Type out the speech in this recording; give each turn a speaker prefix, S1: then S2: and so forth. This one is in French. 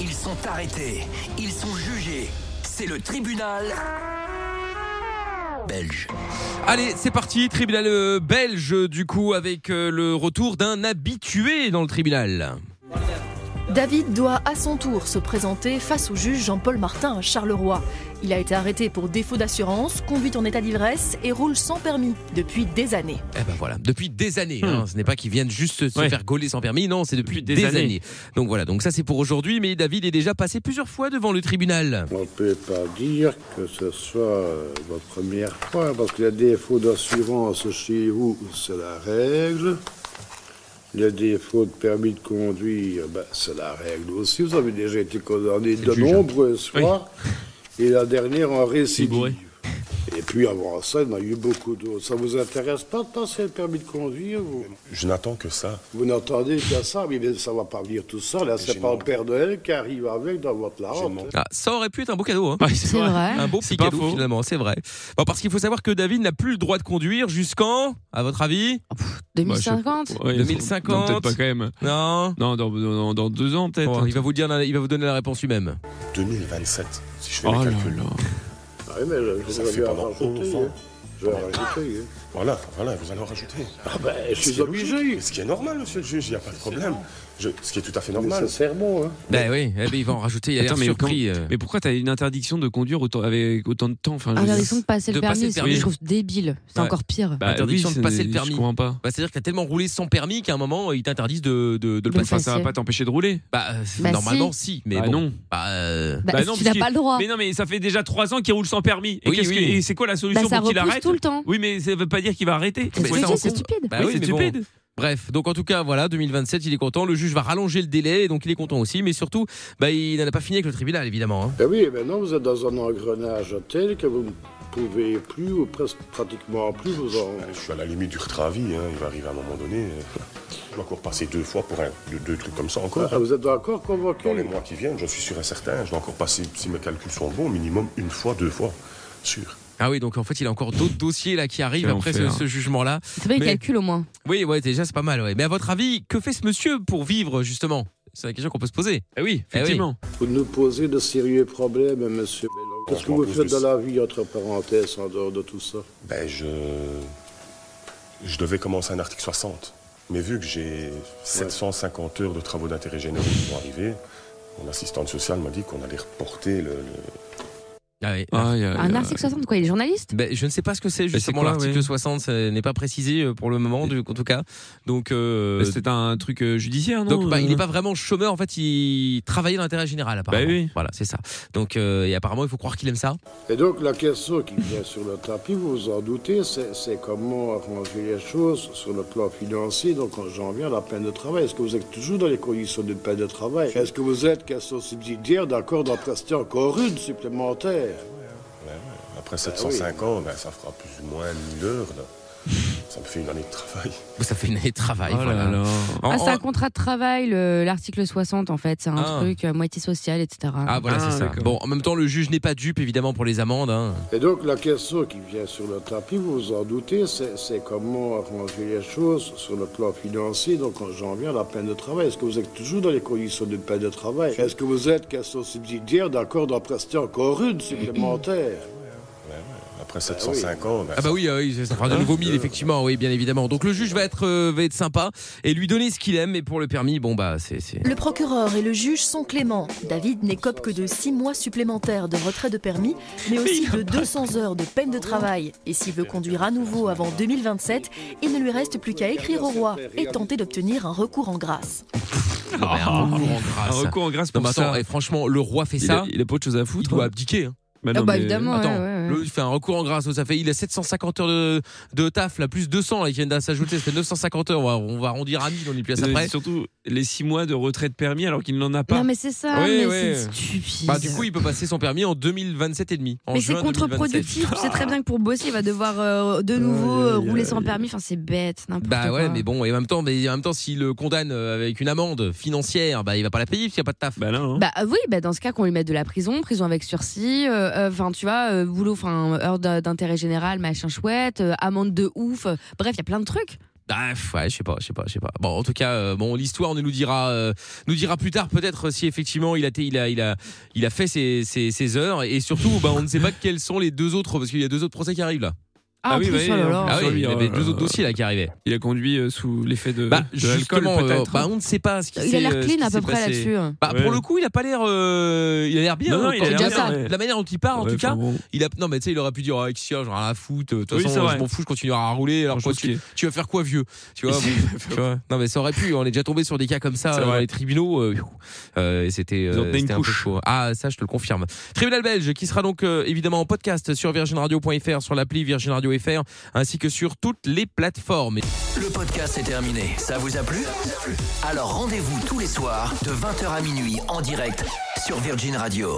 S1: Ils sont arrêtés, ils sont jugés. C'est le tribunal belge.
S2: Allez, c'est parti, tribunal euh, belge du coup avec euh, le retour d'un habitué dans le tribunal.
S3: David doit à son tour se présenter face au juge Jean-Paul Martin à Charleroi. Il a été arrêté pour défaut d'assurance, conduite en état d'ivresse et roule sans permis depuis des années.
S2: Eh ben voilà, depuis des années.
S1: Hmm.
S2: hein. ce n'est pas qu'ils viennent juste se
S4: Ouais.
S2: faire gauler sans permis, non, c'est depuis, des, années. Donc voilà, donc ça c'est pour aujourd'hui, mais David est déjà passé plusieurs fois devant le tribunal.
S5: On ne peut pas dire que ce soit euh, votre première fois, parce que les défauts d'assurance chez vous, c'est la règle. Les défauts de permis de conduire, ben, c'est la règle aussi. Vous avez déjà été condamné de
S4: juge, hein.
S5: nombreuses fois, et la dernière en
S4: bourré.
S5: récidive. Et puis avant ça, il y en a eu beaucoup d'autres. Ça vous intéresse pas de passer le permis de conduire Vous,
S6: Je n'attends que ça.
S5: vous n'entendez qu'à ça, mais ça va pas venir tout seul. Là, c'est
S6: j'ai
S5: pas le
S6: mon-
S5: Père Noël qui arrive avec dans votre
S6: mon-
S5: larme.
S2: Ah, ça aurait pu être un beau cadeau. hein.
S4: Ouais, c'est vrai.
S2: Un beau
S4: C'est
S2: petit
S4: pas
S2: cadeau
S4: faux.
S2: finalement, c'est vrai. Bon, parce qu'il faut savoir que David n'a plus le droit de conduire jusqu'en, à votre avis
S4: Bah, je sais pas.
S7: 2050
S4: Ouais,
S2: 2050.
S4: non, Peut-être pas quand même.
S2: Non
S4: Non, dans, dans- dans deux ans peut-être.
S2: Bon, il va vous dire, il va vous donner la réponse lui-même.
S6: 2027. Si je fais
S4: Oh
S6: les
S4: là
S6: calculs.
S4: là.
S5: Ah oui, mais je- je
S6: Ça
S5: vais
S6: fait
S5: en
S6: pendant
S5: rajouter.
S6: 11 ans.
S5: hein. Je vais en rajouter. hein.
S6: Voilà, voilà, vous allez en rajouter.
S5: Ah ben, je
S6: Ce qui
S5: suis
S6: est logique,
S5: obligé.
S6: Ce qui est normal, monsieur le juge, il n'y a pas de problème. Je- ce qui est tout à fait normal.
S5: Nécessairement. Hein.
S2: Ben oui, eh ben, il va en rajouter, il a l'air
S4: Attends, mais
S2: surpris. euh.
S4: Mais pourquoi t'as une interdiction de conduire autant, avec autant de temps enfin, je
S7: Ah,
S4: veux dire,
S7: Interdiction de passer
S2: de
S7: le
S2: passer
S7: permis,
S2: le
S7: c'est-
S2: permis.
S7: je trouve débile. C'est
S2: Ouais.
S7: encore pire.
S4: bah,
S2: Interdiction
S4: oui,
S2: de passer
S4: c'est-
S2: le permis.
S4: Je comprends pas.
S2: Bah, C'est-à-dire que t'as tellement roulé sans permis qu'à un moment, ils t'interdisent de, de, de le
S7: De
S2: passer.
S4: Enfin, ça va
S7: facile.
S4: pas t'empêcher de rouler.
S2: Bah, euh, c'est-
S7: Bah,
S2: normalement, si, mais
S4: Ah
S2: bon.
S4: non.
S2: Bah, euh,
S7: Bah,
S4: Bah
S7: parce
S4: non,
S7: qu'il
S4: parce
S7: n'a pas le droit.
S4: Mais non, mais ça fait déjà trois ans qu'il roule sans permis. Et
S2: Oui,
S4: qu'est-ce
S2: oui.
S4: que- et c'est quoi la
S7: Bah,
S4: solution
S7: ça
S4: pour qu'il
S7: repousse
S4: arrête
S7: tout le temps.
S4: Oui, mais ça veut pas dire qu'il va arrêter.
S7: C'est
S2: Mais ça, on
S7: stupide, c'est
S2: comprend-
S7: stupide.
S2: Bah
S4: Oui,
S2: oui,
S4: c'est
S2: mais bon.
S4: stupide.
S2: Bref, donc en tout cas, voilà, 2027, il est content. Le juge va rallonger le délai, donc il est content aussi. Mais surtout, bah, il n'en a pas fini avec le tribunal, évidemment. hein.
S5: Ben oui, maintenant vous êtes dans un engrenage tel que vous ne pouvez plus ou presque pratiquement plus vous en.
S6: Je suis à la limite du retravis, hein, il va arriver à un moment donné. euh, Je vais encore passer deux fois pour un, deux, deux trucs comme ça encore.
S5: Ah,
S6: hein.
S5: vous êtes encore
S6: Dans les
S5: convoqué.
S6: mois qui viennent, je suis sûr et certain, je vais encore passer, si mes calculs sont bons, minimum une fois, deux fois. Sûr.
S2: Ah oui, donc en fait, il a encore d'autres dossiers là qui arrivent
S4: Quel
S2: après ce,
S4: enfer.
S2: ce jugement-là.
S7: C'est pas les
S2: Mais-
S7: calculs au moins.
S2: Oui, ouais, déjà, c'est pas mal. Ouais. Mais à votre avis, que fait ce monsieur pour vivre, justement C'est la question qu'on peut se poser. Eh
S4: Eh oui,
S2: oui.
S4: effectivement.
S5: Vous nous posez de sérieux problèmes, monsieur Bello. Qu'est-ce que
S6: Franchement,
S5: vous
S6: plus
S5: faites
S6: de-
S5: dans la vie, entre parenthèses, en dehors de tout ça
S6: Ben, je. Je devais commencer un article 60. Mais vu que j'ai 750 heures de travaux d'intérêt généraux qui vont arriver, mon assistante sociale m'a dit qu'on allait reporter le. le-
S2: Ah oui.
S4: Ah, il y a- il
S7: Un
S4: y a-
S7: article 60, quoi, il est journaliste
S2: Ben, je ne sais pas ce que c'est
S4: c'est
S2: justement
S4: quoi,
S2: l'article
S4: ouais
S2: 60, ça n'est pas précisé euh, pour le moment, du- en tout cas. Donc, euh,
S4: Bah, C'est un truc euh, judiciaire, non
S2: donc bah, il n'est
S4: euh,
S2: pas vraiment chômeur, en fait, il travaillait dans l'intérêt général, apparemment.
S4: Bah oui.
S2: Voilà, c'est ça. Donc, euh, et apparemment, il faut croire qu'il aime ça.
S5: Et donc la question qui vient sur le tapis, vous vous en doutez, c'est c'est comment arranger les choses sur le plan financier. Donc j'en viens à la peine de travail. Est-ce que vous êtes toujours dans les conditions de peine de travail Est-ce que vous êtes, question subsidiaire, d'accord d'en prester encore une supplémentaire
S6: Après 750, ben, ça fera plus ou moins 1000 heures. là. Ça me fait une année de travail.
S2: Ça fait une année de travail.
S4: Oh
S2: voilà.
S4: là là.
S2: En-
S7: Ah, c'est
S2: en-
S7: un contrat de travail, le- l'article 60, en fait. C'est un
S2: Ah.
S7: truc, euh, moitié social, etc.
S2: Ah, voilà,
S4: Ah,
S2: c'est ça.
S4: d'accord.
S2: Bon, en même temps, le juge n'est pas dupe, évidemment, pour les amendes. hein.
S5: Et donc la question qui vient sur le tapis, vous vous en doutez, c'est c'est comment arranger les choses sur le plan financier. Donc j'en viens à la peine de travail. Est-ce que vous êtes toujours dans les conditions de peine de travail Est-ce que vous êtes, question subsidiaire, d'accord d'en prester encore une supplémentaire
S6: Après 750, ben,
S2: Ah bah oui, euh, oui, ça fera de nouveau 1000 effectivement, oui, bien évidemment. Donc le juge va être euh, va être sympa et lui donner ce qu'il aime. Et pour le permis, bon bah c'est c'est.
S3: Le procureur et le juge sont cléments. David n'écope que de 6 mois supplémentaires de retrait de permis, mais aussi de 200 heures de peine de travail. Et s'il veut conduire à nouveau avant 2027, il ne lui reste plus qu'à écrire au roi et tenter d'obtenir un recours en grâce.
S2: Non, mais un recours en
S4: Ah, Un
S2: grâce.
S4: recours en grâce
S2: Non
S4: pour
S2: mais attends,
S4: ça.
S2: et franchement, le roi fait
S4: Il
S2: ça,
S4: a, il a pas autre chose à
S2: il
S4: foutre.
S2: doit abdiquer. hein.
S4: Bah
S7: Ah,
S4: non,
S7: bah
S4: mais-
S7: évidemment, ouais,
S2: Attends,
S7: ouais, ouais.
S2: le- il fait un recours en grâce, ça fait il a 750 heures de, de taf là, plus 200 là, qui viennent d'à s'ajouter, ça fait 950 heures. On va, on va arrondir à 1000, on y place
S4: Mais
S2: hein. après.
S4: c'est Surtout les six mois de retrait de permis alors qu'il n'en a pas.
S7: Non, mais c'est ça,
S2: bah, Oui,
S7: mais
S2: oui.
S7: c'est stupide.
S2: Bah du coup, il peut passer son permis en 2027 et demi. en
S7: mais c'est
S2: juin 2027.
S7: contre-productif, tu sais très bien que pour bosser, il va devoir euh, de nouveau euh, rouler sans permis. Enfin, c'est bête, n'importe
S2: Bah
S7: quoi.
S2: ouais, mais bon, et en même temps, mais en même temps, s'il le condamne euh, avec une amende financière, bah il va pas la payer parce qu'il n'y a pas de taf.
S4: Bah non. hein.
S7: Bah euh, oui, bah dans ce cas qu'on lui mette de la prison, prison avec sursis, euh, euh, enfin tu vois, euh, boulot, enfin heure d'a- d'intérêt général, machin chouette, euh, amende de ouf, euh, bref, il y a plein de trucs.
S2: Ah, pff, ouais, je sais pas, je sais pas, je sais pas. Bon, en tout cas, euh, bon, l'histoire, on nous dira, euh, nous dira plus tard peut-être si effectivement il a, t- il a, il a, il a fait ses, ses- ses heures et surtout, bah, on ne sait pas quels sont les deux autres parce qu'il y a deux autres procès qui arrivent là.
S7: Ah, en
S4: oui,
S7: plus,
S4: oui,
S7: oh là
S4: en
S7: là.
S4: plus.
S2: Ah oui,
S4: sur lui,
S2: il y avait
S4: euh,
S2: deux autres dossiers là qui arrivaient.
S4: Il a conduit euh, sous l'effet de,
S2: Bah,
S4: de l'alcool,
S2: justement, euh,
S4: peut-être.
S2: bah, on ne sait pas ce qui
S7: Il a
S2: s'est, euh,
S7: l'air
S2: ce
S7: clean
S2: qui
S7: à peu
S2: s'est
S7: près
S2: passé.
S7: là-dessus. hein.
S2: Bah, Pour
S4: Ouais.
S2: le coup, il a pas l'air, euh, il a l'air bien.
S4: Non, non,
S2: hein,
S4: il
S2: quand
S4: a
S2: il
S4: l'air
S2: dit ça.
S4: bien, ouais.
S2: La manière dont il parle, en
S4: Ouais,
S2: tout cas,
S4: enfin, bon,
S2: il a, non, mais tu sais, il aurait pu dire, ah, Xia, j'en ai rien à foutre. De toute
S4: Oui, c'est
S2: façon,
S4: vrai.
S2: je m'en fous, je continuerai à rouler. Alors,
S4: je
S2: quoi,
S4: pense
S2: tu,
S4: qu'il est-
S2: tu vas faire quoi, vieux Tu vois, bon, tu vois. Non, mais ça aurait pu. On est déjà tombé sur des cas comme ça
S4: C'est
S2: euh, dans
S4: vrai.
S2: les tribunaux. euh, euh, et c'était
S4: Ils ont
S2: euh,
S4: tenu une
S2: c'était un peu
S4: couche.
S2: chaud. Ah, ça, je te le confirme. Tribunal belge qui sera donc euh, évidemment en podcast sur virginradio.fr, sur l'appli Virgin Radio FR, ainsi que sur toutes les plateformes.
S1: Le podcast est terminé. Ça vous a plu Alors rendez-vous tous les soirs de 20h à minuit en direct sur Virgin Radio.